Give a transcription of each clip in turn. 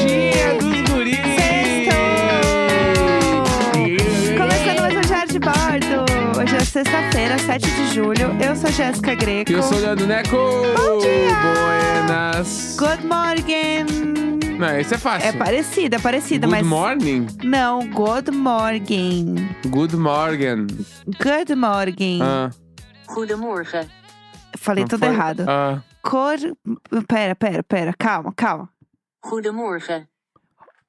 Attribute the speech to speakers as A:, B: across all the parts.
A: um é sexta-feira, 7 de julho. Eu sou Jéssica Greco.
B: E eu sou o Leandro Neco.
A: Bom dia!
B: Buenas.
A: Good morning!
B: Não, isso é fácil.
A: É parecida, é parecida,
B: Good
A: mas.
B: morning.
A: Não, good morning.
B: Good morgen.
A: Good morning.
B: Ah,
C: Goedemorgen.
A: Falei
B: não
A: tudo
B: foi-
A: errado.
B: ah.
A: Cor. Pera, pera, pera. Calma, calma.
C: Goedemorgen.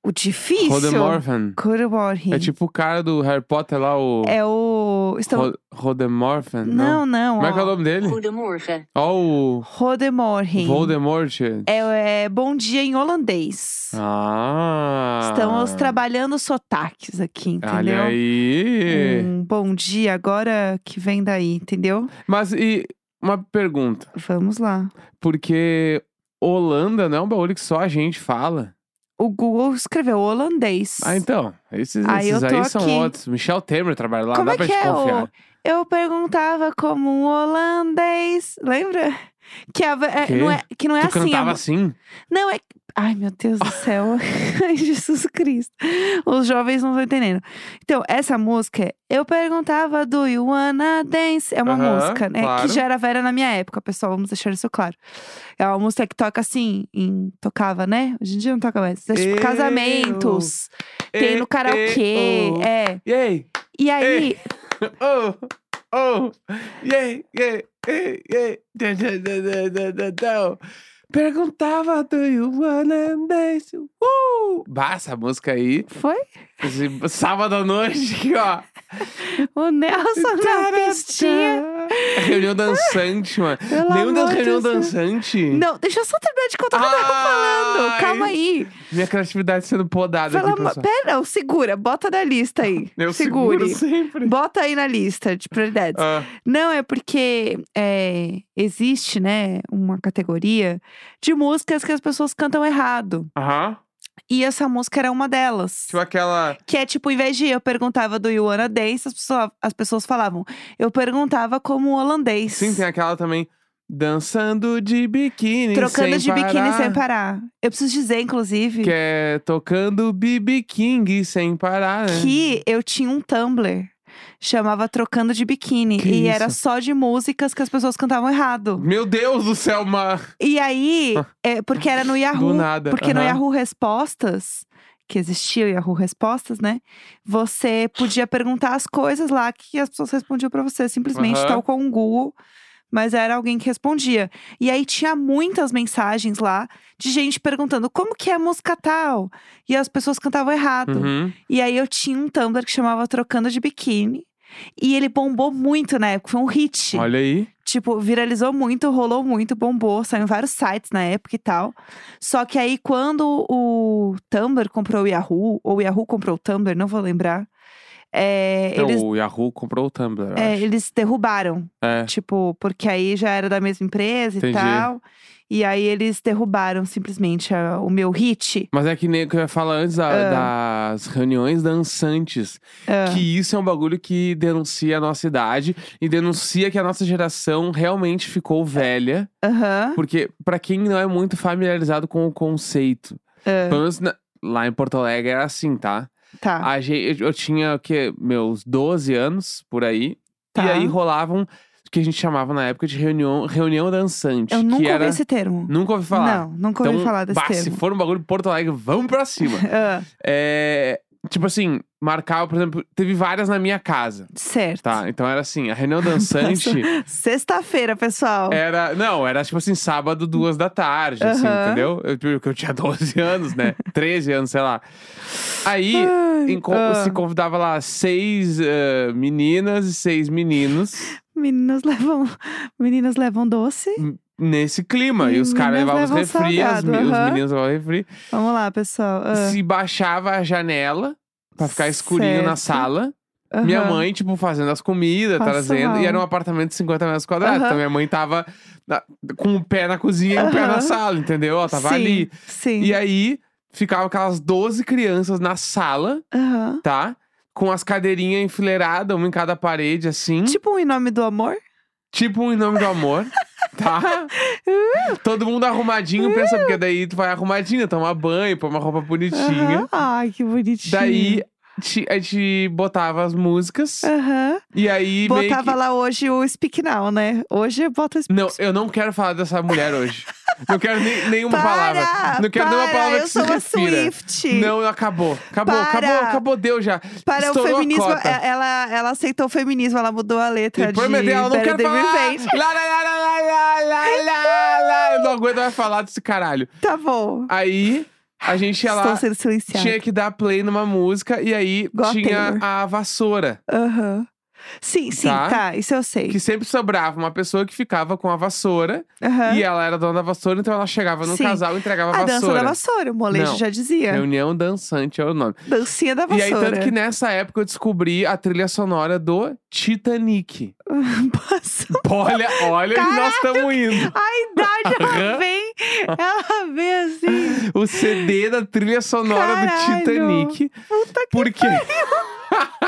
A: O difícil.
B: Rodemorphan.
A: Good morning.
B: É tipo o cara do Harry Potter lá, o
A: É o. Estou...
B: Ro- Rodemorphan.
A: Não, não.
B: Como é que é o
A: ó.
B: nome dele?
C: Goedemorgen.
B: Ó o
A: Rodemorgen.
B: Voldemort.
A: É, é bom dia em holandês.
B: Ah.
A: Estamos trabalhando sotaques aqui, entendeu?
B: Olha aí.
A: Um bom dia agora que vem daí, entendeu?
B: Mas e uma pergunta.
A: Vamos lá.
B: Porque Holanda não é um bagulho que só a gente fala.
A: O Google escreveu holandês.
B: Ah, então. Esses,
A: Aí eu
B: esses
A: tô
B: aí são
A: aqui.
B: outros. Michel Temer trabalha lá,
A: Como
B: dá
A: é
B: pra
A: que
B: te
A: é
B: confiar.
A: o. Eu perguntava como um holandês. Lembra? Que, a- é-
B: Quê?
A: não, é, que não é
B: tu
A: assim. a
B: cantava
A: mu-
B: assim?
A: Não, é. Ai, meu Deus do céu. Ai, Jesus Cristo. Os jovens não estão entendendo. Então, essa música, é eu perguntava do You Wanna Dance. É uma
B: Aham,
A: música, né?
B: claro.
A: Que já era velha na minha época, pessoal. Vamos deixar isso claro. É uma música que toca assim, em- tocava, né? Hoje em dia não toca mais. É tipo
B: Eu-
A: casamentos, tem
B: E-
A: no karaokê.
B: e- oh.
A: É.
B: E aí?
A: E aí,
B: Oh, oh, yeah, yeah, yeah, yeah, da, da, da, da, da, da, da. Perguntava do you wanna dance? Uh! Bah, essa música aí,
A: foi
B: esse sábado à noite, aqui, ó.
A: o Nelson na festinha.
B: tá. Reunião dançante, mano.
A: Pelo
B: Lembra da
A: amor de
B: reunião
A: Deus.
B: dançante?
A: Não, deixa eu só terminar de contar o que eu tava falando.
B: Ai.
A: Calma aí.
B: Minha criatividade sendo podada
A: Pelo
B: aqui,
A: amor-
B: pessoal.
A: Pera, não, segura, bota na lista aí.
B: Eu
A: Segure.
B: seguro sempre.
A: Bota aí na lista de prioridades.
B: Ah,
A: Não, é porque é, existe, né, uma categoria de músicas que as pessoas cantam errado.
B: Aham.
A: E essa música era uma delas.
B: Tipo aquela...
A: Que é tipo, ao invés de eu perguntava do Ioana Dance, as pessoas, as pessoas falavam. Eu perguntava como holandês.
B: Sim, tem aquela também. Dançando de biquíni
A: Trocando
B: sem
A: de biquíni
B: parar.
A: sem parar. Eu preciso dizer, inclusive,
B: Que é tocando BB King sem parar, né?
A: que eu tinha um Tumblr. Chamava Trocando de Biquíni.
B: Que
A: e era
B: isso?
A: só de músicas que as pessoas cantavam errado.
B: Meu Deus do céu, uma...
A: E aí, é, porque era no Yahoo.
B: Ah. nada,
A: Porque no
B: aham.
A: Yahoo Respostas, que existia o Yahoo Respostas, né? Você podia perguntar as coisas lá que as pessoas respondiam pra você, simplesmente,
B: Aham.
A: tal com o Google. Mas era alguém que respondia. E aí tinha muitas mensagens lá de gente perguntando como que é a música tal? E as pessoas cantavam errado.
B: Uhum.
A: E aí eu tinha um Tumblr que chamava Trocando de Biquíni. E ele bombou muito na época, foi um hit.
B: Olha aí.
A: Tipo, viralizou muito, rolou muito, bombou, saiu em vários sites na época e tal. Só que aí, quando o Tumblr comprou o Yahoo, ou o Yahoo comprou o Tumblr, não vou lembrar, é,
B: Então,
A: eles,
B: o Yahoo comprou o Tumblr, eu
A: é,
B: acho.
A: eles derrubaram.
B: É.
A: Tipo, porque aí já era da mesma empresa
B: Entendi.
A: e tal. E aí eles derrubaram simplesmente a- o meu hit.
B: Mas é que nem o que eu ia falar antes da-
A: Ah.
B: das reuniões dançantes. Que isso é um bagulho que denuncia a nossa idade e denuncia que a nossa geração realmente ficou velha.
A: Aham.
B: Porque, pra quem não é muito familiarizado com o conceito, pelo menos na- lá em Porto Alegre era assim, tá?
A: Ah. Tá.
B: A gente, eu tinha o quê? Meus 12 anos por aí.
A: Tá.
B: E aí rolavam o que a gente chamava na época de reunião, reunião dançante.
A: Eu
B: que
A: nunca
B: era,
A: ouvi esse termo.
B: Nunca ouvi falar.
A: Não, nunca
B: então,
A: ouvi falar desse
B: bah, se
A: termo.
B: for um bagulho de Porto Alegre, vamos pra cima.
A: Ah,
B: é, tipo assim, marcava, por exemplo, teve várias na minha casa.
A: certo.
B: Tá, então era assim, a reunião dançante
A: Sexta-feira, pessoal.
B: era. Não, era tipo assim, sábado, duas da tarde, assim,
A: Aham.
B: entendeu? Eu, porque eu tinha 12 anos, né? 13 anos, sei lá. Aí
A: Ai,
B: em co-
A: ah.
B: se convidava lá seis eh, meninas e seis meninos
A: Meninos levam, meninas levam doce.
B: nesse clima. E,
A: E
B: os caras
A: meninas
B: levavam os
A: Hum, levam
B: refri, as
A: salgado,
B: me- os
A: aham.
B: meninos levavam refri.
A: Vamos lá, pessoal. Ah,
B: Se baixava a janela pra ficar escurinho na
A: Certo.
B: sala.
A: aham.
B: Minha mãe, tipo, fazendo as comidas,
A: Passa
B: trazendo.
A: mal.
B: E era um apartamento de 50 metros quadrados.
A: Aham.
B: Então minha mãe tava na- com o pé na cozinha e o pé na
A: Aham.
B: sala, entendeu? Ela tava
A: sim,
B: ali.
A: Sim.
B: E aí ficavam aquelas 12 crianças na sala,
A: Aham.
B: tá? Com as cadeirinhas enfileiradas, uma em cada parede, assim.
A: Tipo um em nome do amor?
B: Tipo um Em Nome do Amor, tá? Todo mundo arrumadinho, pensa, porque daí tu vai arrumadinho, toma banho, põe uma roupa bonitinha.
A: Aham. Ai, que bonitinho.
B: Daí ti- a gente botava as músicas
A: Aham.
B: e aí meio
A: Botava
B: que-
A: lá hoje o Speak Now, né? Hoje eu boto o Speak
B: Não, eu não quero falar dessa mulher hoje. não quero nem- nenhuma
A: para,
B: palavra. Não quero
A: para,
B: nenhuma palavra
A: eu
B: que
A: sou
B: se
A: uma
B: refira.
A: Swift.
B: Não, acabou. Acabou,
A: Para.
B: acabou, acabou, deu já.
A: Para
B: Estourou
A: o feminismo,
B: a cota.
A: é- ela, ela aceitou o feminismo, ela mudou a letra
B: Depois
A: de
B: meu Deus, eu não quero
A: Better Than
B: falar.
A: Revenge.
B: Lá, lá, lá, lá, lá, lá, lá, lá. Eu não aguento mais falar desse caralho.
A: Tá bom.
B: Aí a gente ia
A: Estou
B: lá,
A: sendo silenciada.
B: tinha que dar play numa música e aí
A: Igual a
B: tinha
A: Taylor.
B: a vassoura.
A: Aham. Sim, sim,
B: Tá?
A: tá. Isso eu sei.
B: Que sempre sobrava uma pessoa que ficava com a vassoura
A: Aham.
B: e ela era dona da vassoura, então ela chegava no
A: Sim.
B: casal e entregava a
A: A dança
B: vassoura.
A: da vassoura, o molejo
B: Não.
A: já dizia.
B: Reunião dançante é o nome.
A: Dancinha da
B: E aí,
A: vassoura.
B: tanto que nessa época eu descobri a trilha sonora do Titanic.
A: Passou.
B: Olha, olha onde nós estamos indo.
A: A idade, ela
B: Aham.
A: vem, ela vem assim.
B: O CD da trilha sonora
A: Caralho.
B: do Titanic.
A: Puta que
B: Por quê?
A: tipo,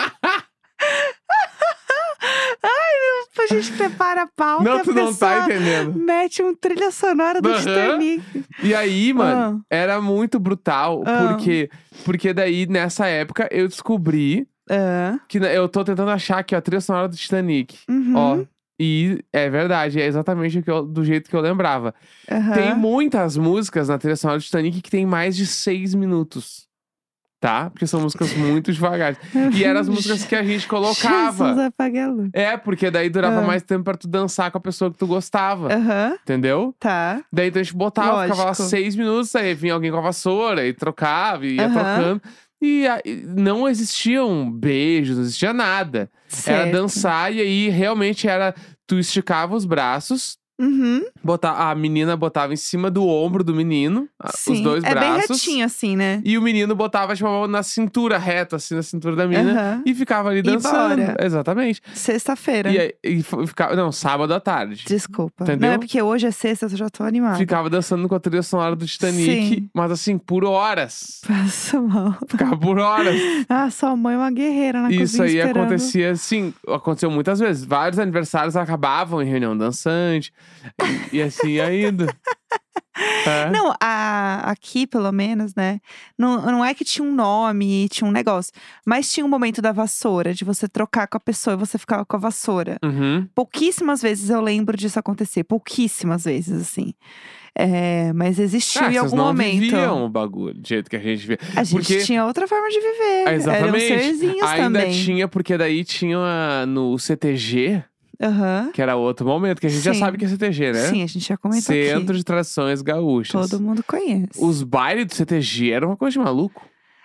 A: A gente prepara a pauta.
B: Não, tu
A: a
B: não tá
A: pessoa
B: entendendo.
A: Mete um trilha sonora do
B: Aham.
A: Titanic.
B: E aí, mano, era muito brutal.
A: Ah.
B: Porque, porque daí, nessa época, eu descobri
A: Ah.
B: que na- eu tô tentando achar aqui, ó, a trilha sonora do Titanic.
A: Uhum.
B: Ó. E é verdade, é exatamente o que eu- do jeito que eu lembrava.
A: Aham.
B: Tem muitas músicas na trilha sonora do Titanic que tem mais de seis minutos. Tá? Porque são músicas muito devagar. E eram as músicas que a gente colocava.
A: um Jesus, apague a luz.
B: É, porque daí durava
A: Ah.
B: mais tempo pra tu dançar com a pessoa que tu gostava.
A: Aham,
B: Entendeu?
A: tá.
B: Daí então a gente botava, ficava lá
A: Lógico.
B: seis minutos, aí vinha alguém com a vassoura e trocava, e ia
A: Aham.
B: trocando. E a- e não existiam beijos, não existia nada. Era
A: Certo.
B: dançar e aí realmente era. Tu esticava os braços,
A: Uhum,
B: bota, a menina botava em cima do ombro do menino, a- Ah, os
A: sim.
B: dois
A: é bem
B: braços.
A: retinho assim, né?
B: E o menino botava tipo, a mão na cintura, reta, assim, na cintura da menina.
A: Aham.
B: E ficava ali
A: bora.
B: dançando. Exatamente.
A: Sexta-feira.
B: E, aí- e fo- ficava. Não, sábado à tarde.
A: Desculpa.
B: Entendeu?
A: Não, é porque hoje é sexta, eu já tô animada.
B: Ficava dançando com a trilha sonora do Titanic,
A: Sim.
B: mas assim, por horas.
A: Passa mal.
B: Ficava por horas.
A: Ah, sua mãe é uma guerreira na
B: Isso
A: cozinha
B: aí
A: esperando.
B: acontecia, sim, aconteceu muitas vezes. Vários aniversários acabavam em reunião dançante. E, e assim ainda. É.
A: Não, a- aqui pelo menos, né? Não, não é que tinha um nome, tinha um negócio. Mas tinha um momento da vassoura, de você trocar com a pessoa e você ficava com a vassoura.
B: Uhum.
A: Pouquíssimas vezes eu lembro disso acontecer. Pouquíssimas vezes, assim. É, mas existiu
B: Ah,
A: em
B: vocês
A: algum
B: não
A: momento.
B: viviam o bagulho do jeito que a gente via.
A: A gente
B: porque-
A: tinha outra forma de viver.
B: Ah, exatamente.
A: Eram serzinhos
B: Ainda
A: também.
B: tinha, porque daí tinha uma- no CTG,
A: Aham.
B: que era outro momento, que a gente já
A: Sim.
B: sabe que é CTG, né?
A: Sim, a gente já comentou
B: Centro
A: aqui.
B: de Tradições Gaúchas.
A: Todo mundo conhece.
B: Os bailes do CTG eram uma coisa de maluco.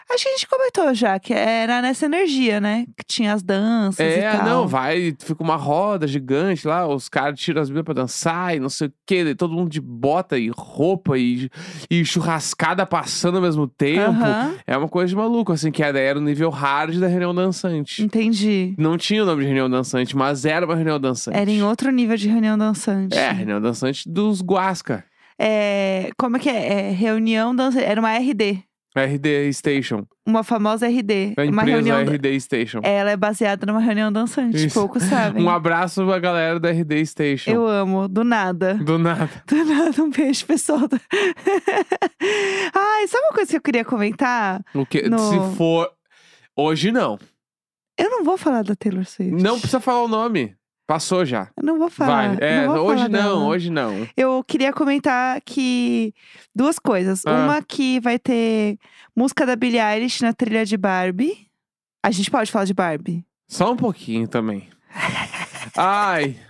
A: Acho que a gente comentou já, que era nessa energia, né? Que tinha as danças e
B: É,
A: tal.
B: não, vai, fica uma roda gigante lá, os caras tiram as minas pra dançar e não sei o quê, daí todo mundo de bota e roupa e, e churrascada passando ao mesmo tempo.
A: Aham,
B: É uma coisa de maluco, assim, que era, era o nível hard da reunião dançante.
A: entendi.
B: Não tinha o nome de reunião dançante, mas era uma reunião dançante.
A: Era em outro nível de reunião dançante.
B: É, reunião dançante dos Guasca.
A: É, como é que é? É, reunião dançante. Era uma RD.
B: RD Station.
A: Uma famosa RD.
B: A
A: uma
B: empresa
A: reunião.
B: RD Station.
A: Ela é baseada numa reunião dançante.
B: Isso.
A: Poucos sabem.
B: Um abraço pra galera da RD Station.
A: É, Eu amo, do nada.
B: Do nada.
A: Do nada, um beijo, pessoal. da- Ai, sabe uma coisa que eu queria comentar?
B: O que,
A: No-
B: Se for. Hoje não.
A: Eu não vou falar da Taylor Swift.
B: Não precisa falar o nome. Passou já.
A: Eu não vou falar.
B: Vai. É,
A: não vou
B: hoje
A: falar
B: não,
A: dela. né?
B: hoje não.
A: Eu queria comentar que. Duas coisas.
B: Ah.
A: Uma que vai ter música da Billie Eilish na trilha de Barbie. A gente pode falar de Barbie?
B: Só um pouquinho também. Ai.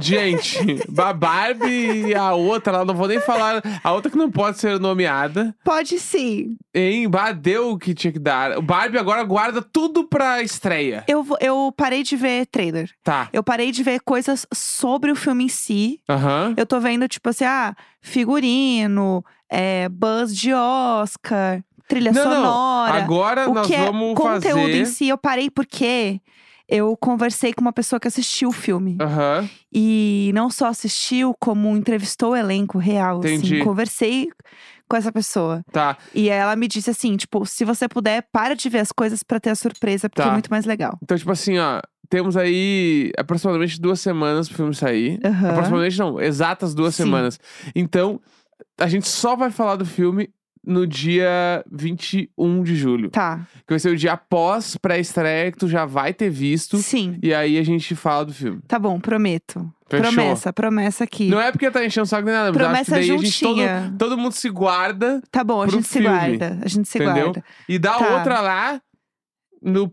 B: Gente, a Barbie e a outra lá, não vou nem falar. A outra que não pode ser nomeada.
A: Pode sim.
B: Hein? Bah, deu o que tinha que dar. O Barbie agora guarda tudo pra estreia.
A: Eu, vou- eu parei de ver trailer.
B: Tá.
A: Eu parei de ver coisas sobre o filme em si.
B: Aham.
A: Eu tô vendo, tipo assim, ah, figurino, é, buzz de Oscar, trilha
B: Não, não.
A: sonora.
B: Agora
A: o
B: nós
A: que é
B: vamos
A: conteúdo em
B: fazer.
A: si, eu parei porque eu conversei com uma pessoa que assistiu o filme.
B: Aham.
A: E não só assistiu, como entrevistou o elenco real. assim.
B: Entendi.
A: Conversei com essa pessoa.
B: Tá.
A: E ela me disse assim: tipo, se você puder, para de ver as coisas pra ter a surpresa, porque
B: Tá.
A: é muito mais legal.
B: Então, tipo assim, ó. Temos aí aproximadamente duas semanas pro filme sair.
A: Aham.
B: Aproximadamente não, exatas duas
A: Sim.
B: semanas. Então, a gente só vai falar do filme no dia 21 de julho.
A: Tá.
B: Que vai ser o dia após pré-estreia, que tu já vai ter visto.
A: Sim.
B: E aí a gente fala do filme.
A: Tá bom, prometo.
B: Fechou.
A: Promessa, promessa aqui.
B: Não é porque tá enchendo o saco nem nada, mas eu acho que
A: Promessa
B: daí a gente todo,
A: juntinha.
B: todo mundo se guarda
A: Tá bom, a
B: pro
A: gente se
B: filme,
A: guarda. A gente se
B: entendeu?
A: guarda.
B: e dá
A: Tá.
B: outra lá no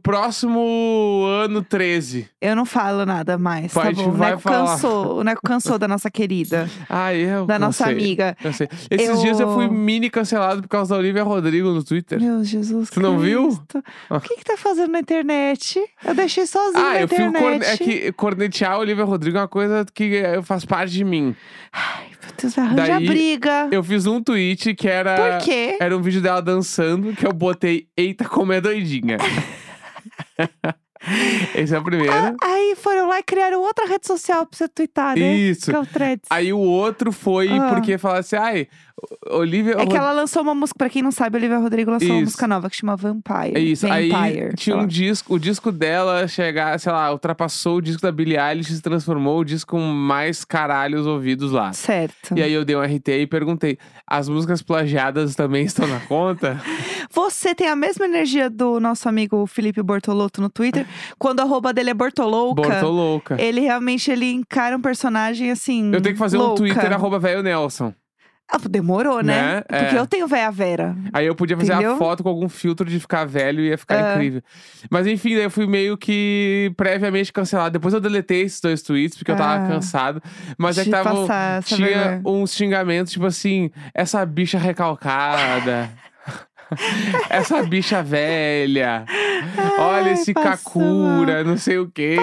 B: próximo ano 13.
A: Eu não falo nada mais,
B: Pode,
A: tá bom? O
B: vai
A: Neco
B: falar.
A: cansou. O Neco cansou da nossa querida,
B: Ah, eu.
A: da nossa
B: cansei,
A: amiga.
B: cansei. Esses
A: Eu-
B: dias eu fui mini cancelado por causa da Olivia Rodrigo no Twitter.
A: Meu Jesus
B: Tu não viu?
A: Cristo. O que que tá fazendo na internet? Eu deixei sozinho
B: Ah,
A: na
B: eu fico.
A: internet.
B: Corne... É que cornetear a Olivia Rodrigo é uma coisa que eh, faz parte de mim.
A: Ai, meu Deus, vai arranjar
B: Daí-
A: briga.
B: Eu fiz um tweet que era.
A: Por quê?
B: Era um vídeo dela dançando que eu botei Eita, como é doidinha. Esse é o primeiro.
A: Ah, aí foram lá e criaram outra rede social pra você twittar, né?
B: Isso.
A: Que é o Threads.
B: Aí o outro foi
A: Ah.
B: porque falasse, ai, Olivia.
A: É que
B: Rod-
A: ela lançou uma música, pra quem não sabe, a Olivia Rodrigo lançou uma
B: Isso.
A: música nova que chama Vampire.
B: É isso, aí
A: Vampire,
B: tinha
A: sei
B: um
A: lá.
B: disco, o disco dela chegar, sei lá, ultrapassou o disco da Billie Eilish e se transformou o disco com mais caralhos ouvidos lá.
A: Certo.
B: E aí eu dei um RT e perguntei: as músicas plagiadas também estão na conta?
A: Você tem a mesma energia do nosso amigo Felipe Bortolotto no Twitter. Quando a arroba dele é Bortolouca,
B: Bortou louca.
A: ele realmente ele encara um personagem assim.
B: Eu tenho que fazer um
A: louca.
B: Twitter arroba velho Nelson.
A: Ah, demorou, né?
B: Né?
A: Porque
B: É.
A: eu tenho véia Vera.
B: Aí eu podia fazer
A: Entendeu?
B: a foto com algum filtro de ficar velho e ia ficar
A: É.
B: incrível. Mas enfim, daí eu fui meio que previamente cancelado. Depois eu deletei esses dois tweets, porque eu
A: Ah.
B: tava cansado. Mas é
A: De
B: que tava.
A: passar essa
B: tinha
A: vergonha.
B: uns xingamentos, tipo assim, essa bicha recalcada. essa bicha velha. Olha
A: Ai,
B: esse
A: passa
B: Kakura, não sei o quê.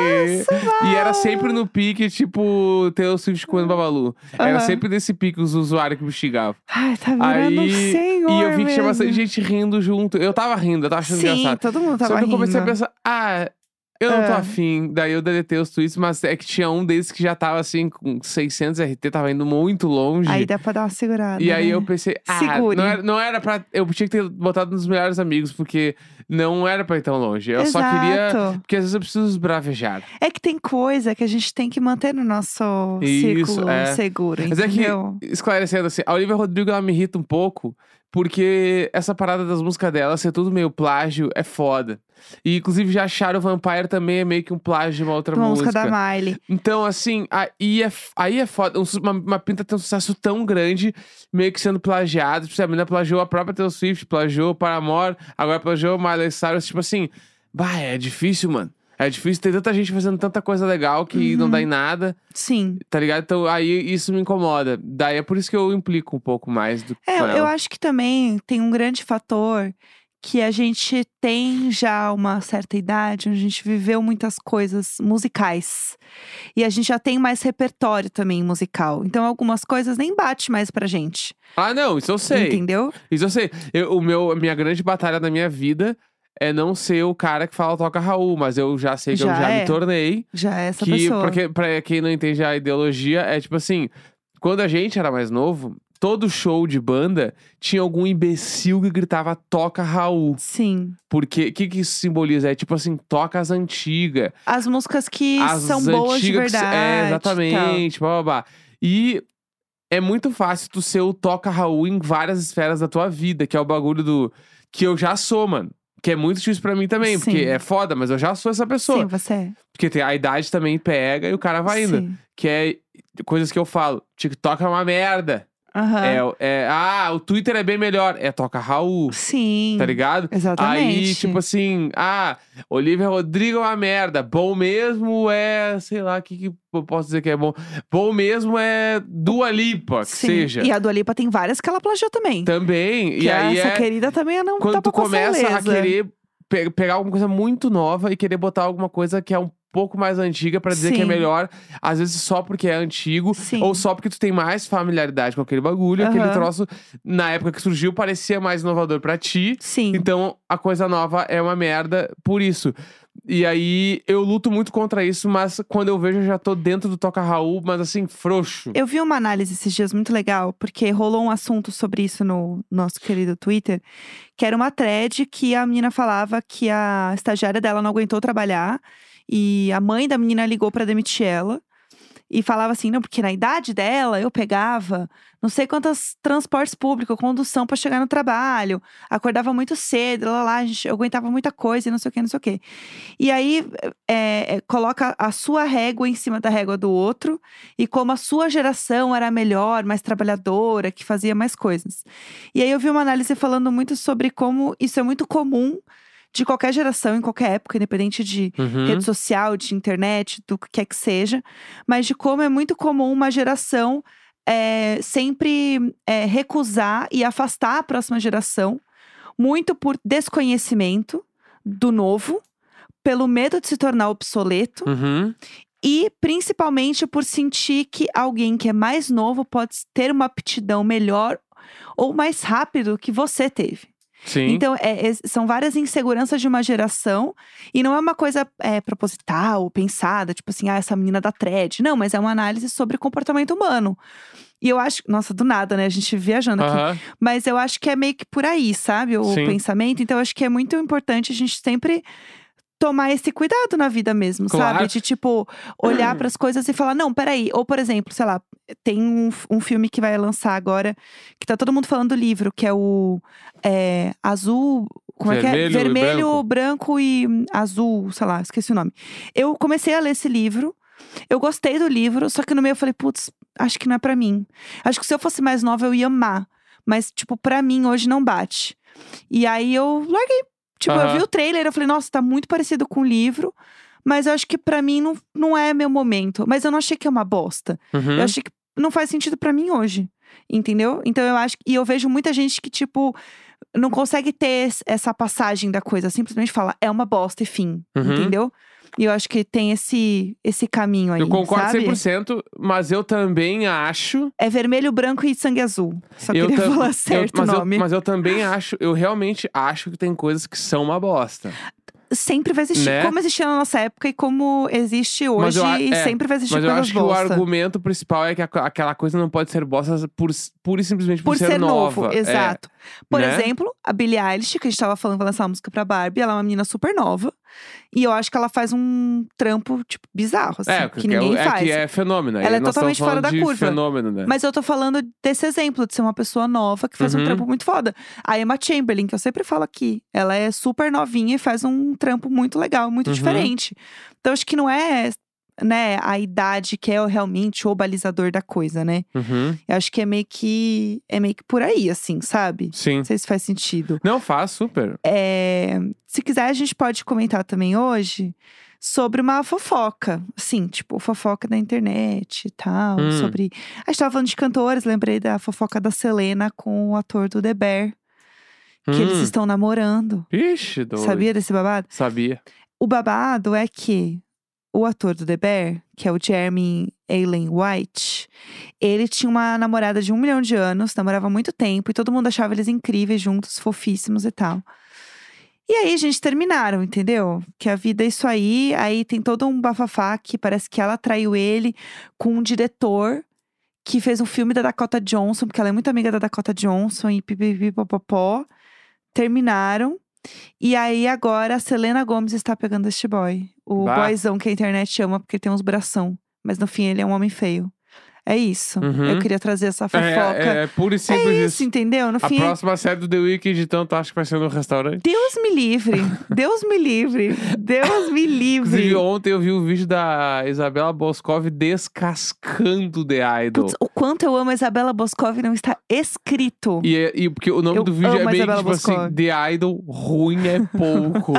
B: E era sempre no pique, tipo, Taylor Swift com o Babalu.
A: Aham.
B: Era sempre nesse pique os usuários que me xingavam.
A: Ai, tá virando um
B: Aí,
A: senhor.
B: e eu vi que tinha bastante
A: mesmo.
B: gente rindo junto. Eu tava rindo, eu tava achando
A: Sim,
B: engraçado.
A: todo mundo tava
B: Só que eu comecei a
A: rindo.
B: pensar, ah, eu não tô
A: Ah.
B: afim. Daí eu deletei os tweets, mas é que tinha um deles que já tava assim, com 600 RT, tava indo muito longe.
A: Aí dá pra dar uma segurada.
B: e aí
A: né?
B: eu pensei, ah,
A: Segure.
B: não era, não era pra. Eu tinha que ter botado nos melhores amigos, porque não era pra ir tão longe. Eu só queria.
A: Exato.
B: Porque às vezes eu preciso esbravejar.
A: É que tem coisa que a gente tem que manter no nosso
B: Isso,
A: círculo
B: é.
A: seguro,
B: Mas é que,
A: entendeu?
B: esclarecendo assim, a Olivia Rodrigo ela me irrita um pouco, porque essa parada das músicas dela ser tudo meio plágio é foda. E inclusive já acharam o Vampire também é meio que um plágio de uma outra
A: Uma
B: música.
A: música da Miley.
B: Então, assim, aí é, f- aí é foda. Um su- Uma, uma pinta tem um sucesso tão grande, meio que sendo plagiado. Tipo, se a menina plagiou a própria Taylor Swift, plagiou o Paramore, agora plagiou o Miley Cyrus. Tipo assim, bah, é difícil, mano. É difícil, tem tanta gente fazendo tanta coisa legal
A: Uhum.
B: que não dá em nada.
A: Sim.
B: Tá ligado? Então aí isso me incomoda. Daí é por isso que eu implico um pouco mais do que
A: É,
B: com
A: eu- eu
B: ela.
A: acho que também tem um grande fator que a gente tem já uma certa idade, onde a gente viveu muitas coisas musicais. E a gente já tem mais repertório também musical. Então algumas coisas nem bate mais pra gente.
B: Ah, não, isso eu sei.
A: Entendeu?
B: Isso eu sei. Eu, o meu, a minha grande batalha na minha vida é não ser o cara que fala toca Raul, mas eu já sei que
A: Já
B: eu já
A: é.
B: me tornei.
A: Já é essa
B: que,
A: pessoa.
B: pra, que- pra quem não entende a ideologia, é tipo assim: quando a gente era mais novo, todo show de banda tinha algum imbecil que gritava toca Raul.
A: Sim.
B: Porque o que, que isso simboliza? É tipo assim: toca as antigas.
A: As músicas que
B: as
A: são boas de
B: antigas que se-
A: verdade.
B: É,
A: e tal.
B: exatamente, blá, blá, blá. E é muito fácil tu ser o toca Raul em várias esferas da tua vida, que é o bagulho do que eu já sou, mano. Que é muito difícil pra mim também, porque
A: Sim.
B: é foda, mas eu já sou essa pessoa.
A: Sim, você é.
B: Porque tem- a idade também pega e o cara vai indo.
A: Sim.
B: Que é coisas que eu falo. TikTok é uma merda.
A: Aham.
B: É, é- ah, o Twitter é bem melhor. É toca Raul,
A: Sim.
B: tá ligado?
A: Exatamente.
B: Aí, tipo assim, ah, Olivia Rodrigo é uma merda. Bom mesmo é, sei lá, o que, que eu posso dizer que é bom? Bom mesmo é Dua Lipa, que
A: Sim.
B: seja.
A: E a Dua Lipa tem várias que ela plagiou também.
B: Também.
A: Que
B: e aí
A: essa
B: é
A: querida também não
B: quando
A: tá
B: tu começa a
A: fortaleza.
B: querer pe- pegar alguma coisa muito nova e querer botar alguma coisa que é um pouco mais antiga pra dizer que é
A: Sim.
B: melhor, às vezes só porque é antigo
A: Sim.
B: ou só porque tu tem mais familiaridade com aquele bagulho,
A: Aham.
B: aquele troço na época que surgiu parecia mais inovador pra ti.
A: Sim.
B: Então a coisa nova é uma merda por isso. E aí eu luto muito contra isso, mas quando eu vejo eu já tô dentro do Toca Raul, mas assim, frouxo.
A: Eu vi uma análise esses dias muito legal, porque rolou um assunto sobre isso no nosso querido Twitter, que era uma thread que a menina falava que a estagiária dela não aguentou trabalhar e a mãe da menina ligou pra demitir ela. E falava assim, não, porque na idade dela eu pegava não sei quantas transportes públicos, condução pra chegar no trabalho, acordava muito cedo, lá, lá, lá, a gente- eu aguentava muita coisa e não sei o que, não sei o que. E aí é, é, coloca a sua régua em cima da régua do outro e como a sua geração era melhor, mais trabalhadora, que fazia mais coisas. E aí eu vi uma análise falando muito sobre como isso é muito comum de qualquer geração, em qualquer época, independente de
B: Uhum.
A: rede social, de internet, do que quer que seja, mas de como é muito comum uma geração é, sempre é, recusar e afastar a próxima geração, muito por desconhecimento do novo, pelo medo de se tornar obsoleto
B: Uhum.
A: e principalmente por sentir que alguém que é mais novo pode ter uma aptidão melhor ou mais rápido que você teve.
B: Sim.
A: Então, é- é- são várias inseguranças de uma geração. E não é uma coisa é, proposital, pensada, tipo assim, ah, essa menina da thread. Não, mas é uma análise sobre comportamento humano. E eu acho. Nossa, do nada, né? A gente viajando aqui.
B: Aham.
A: Mas eu acho que é meio que por aí, sabe? O
B: Sim.
A: pensamento. Então, eu acho que é muito importante a gente sempre. Tomar esse cuidado na vida mesmo,
B: Claro.
A: sabe? De tipo, olhar pras coisas e falar, não, peraí. Ou, por exemplo, sei lá, tem um, f- um filme que vai lançar agora, que tá todo mundo falando do livro, que é o é, Azul. Como é que
B: Vermelho
A: é?
B: e
A: Vermelho, branco. e hum, azul, sei lá, esqueci o nome. Eu comecei a ler esse livro, eu gostei do livro, só que no meio eu falei, putz, acho que não é pra mim. Acho que se eu fosse mais nova eu ia amar, mas, tipo, pra mim hoje não bate. E aí eu larguei. Tipo, eu
B: Aham.
A: vi o trailer, eu falei, nossa, tá muito parecido com o livro. Mas eu acho que pra mim não, não é meu momento. Mas eu não achei que é uma bosta.
B: Uhum.
A: Eu achei que não faz sentido pra mim hoje. Entendeu? Então eu acho. E eu vejo muita gente que, tipo, não consegue ter es- essa passagem da coisa. Simplesmente fala, é uma bosta e fim.
B: Uhum.
A: Entendeu? E eu acho que tem esse, esse caminho aí.
B: Eu concordo
A: sabe?
B: 100%, mas eu também acho.
A: É vermelho, branco e sangue azul. Só
B: eu
A: queria
B: tam-
A: falar
B: eu-
A: certo o
B: mas eu-
A: nome.
B: mas eu também acho, eu realmente acho que tem coisas que são uma bosta.
A: Sempre vai existir.
B: Né?
A: Como existia na nossa época e como existe hoje.
B: eu a-
A: E
B: é,
A: sempre vai existir
B: Mas eu
A: coisas
B: acho
A: bosta.
B: que o argumento principal é que aqu- aquela coisa não pode ser bosta por, pura e simplesmente por,
A: Por ser, novo,
B: nova. É.
A: exato. Por
B: né?
A: exemplo, a Billie Eilish, que a gente tava falando que vai lançar uma música pra Barbie, ela é uma menina super nova. E eu acho que ela faz um trampo, tipo, bizarro, assim,
B: É,
A: que ninguém
B: é,
A: faz.
B: que é fenômeno. aí
A: Ela é
B: nós estamos
A: totalmente fora
B: falando
A: da
B: de
A: curva.
B: fenômeno, né?
A: Mas eu tô falando desse exemplo, de ser uma pessoa nova que faz
B: Uhum.
A: um trampo muito foda. A Emma Chamberlain, que eu sempre falo aqui, ela é super novinha e faz um trampo muito legal, muito
B: Uhum.
A: diferente. Então acho que não é né, a idade que é realmente o balizador da coisa, né?
B: Uhum,
A: Eu acho que é meio que é meio que por aí, assim, sabe?
B: Sim.
A: Não sei se faz sentido.
B: Não, faz super.
A: É, se quiser, a gente pode comentar também hoje sobre uma fofoca. Sim, tipo, fofoca da internet e tal.
B: Hum.
A: Sobre. A gente tava falando de cantores, lembrei da fofoca da Selena com o ator do The Bear, que eles
B: Hum.
A: estão namorando.
B: Ixi, doido.
A: Sabia desse babado?
B: Sabia.
A: O babado é que o ator do The Bear, que é o Jeremy Allen White, ele tinha uma namorada de um milhão de anos, namorava há muito tempo, e todo mundo achava eles incríveis juntos, fofíssimos e tal. E aí, gente, terminaram, entendeu? Que a vida é isso aí. Aí tem todo um bafafá que parece que ela traiu ele com um diretor que fez um filme da Dakota Johnson, porque ela é muito amiga da Dakota Johnson e pipipipopopó. Terminaram. E aí agora a Selena Gomes está pegando este boy. O
B: Bah.
A: boyzão que a internet ama porque tem uns bração. Mas no fim ele é um homem feio. É isso.
B: Uhum.
A: Eu queria trazer essa fofoca.
B: É, é, é puro e simples
A: É
B: isso.
A: isso, entendeu? No
B: A
A: fim, é-
B: próxima série do The Weeknd, então, tu acha que vai ser no restaurante?
A: Deus me livre. Deus me livre. Deus me livre.
B: Inclusive, ontem eu vi o vídeo da Isabela Boscov descascando The Idol.
A: Putz, o quanto eu amo a Isabela Boscov não está escrito.
B: E, é- e porque o nome
A: Eu
B: do vídeo
A: amo
B: é
A: a
B: meio que,
A: Isabela
B: tipo assim,
A: Boscov.
B: The Idol ruim é pouco.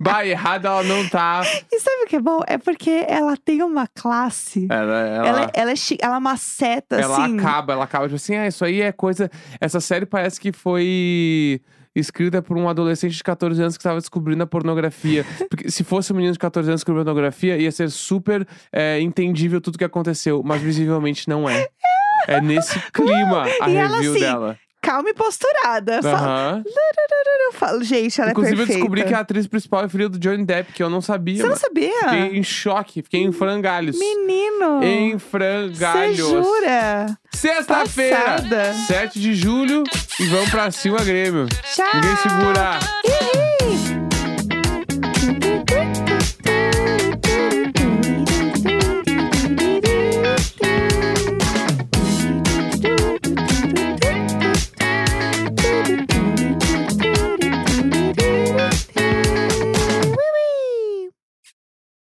B: bah, errada ela não tá.
A: E sabe o que é bom? É porque ela tem uma classe.
B: Ela, ela,
A: Ela, é- ela é chique, ela maceta,
B: ela
A: assim.
B: acaba, ela acaba, tipo assim, ah, isso aí é coisa. Essa série parece que foi escrita por um adolescente de 14 anos que estava descobrindo a pornografia. Porque se fosse um menino de 14 anos descobrindo a pornografia, ia ser super é, entendível tudo que aconteceu, mas visivelmente não é. É nesse clima a
A: E ela,
B: review
A: assim,
B: dela.
A: Calma e posturada. Eu falo-
B: Aham.
A: eu falo, gente, ela
B: Inclusive,
A: é
B: eu
A: perfeita.
B: descobri que a atriz principal é filha do Johnny Depp, que eu não sabia.
A: Você não
B: mano.
A: sabia?
B: Fiquei em choque, fiquei em frangalhos.
A: Menino!
B: Em
A: Você
B: frangalhos.
A: jura?
B: Sexta-feira,
A: Passada.
B: 7 de julho, e vamos pra cima, Grêmio.
A: Tchau!
B: Ninguém segura.
A: Uhul.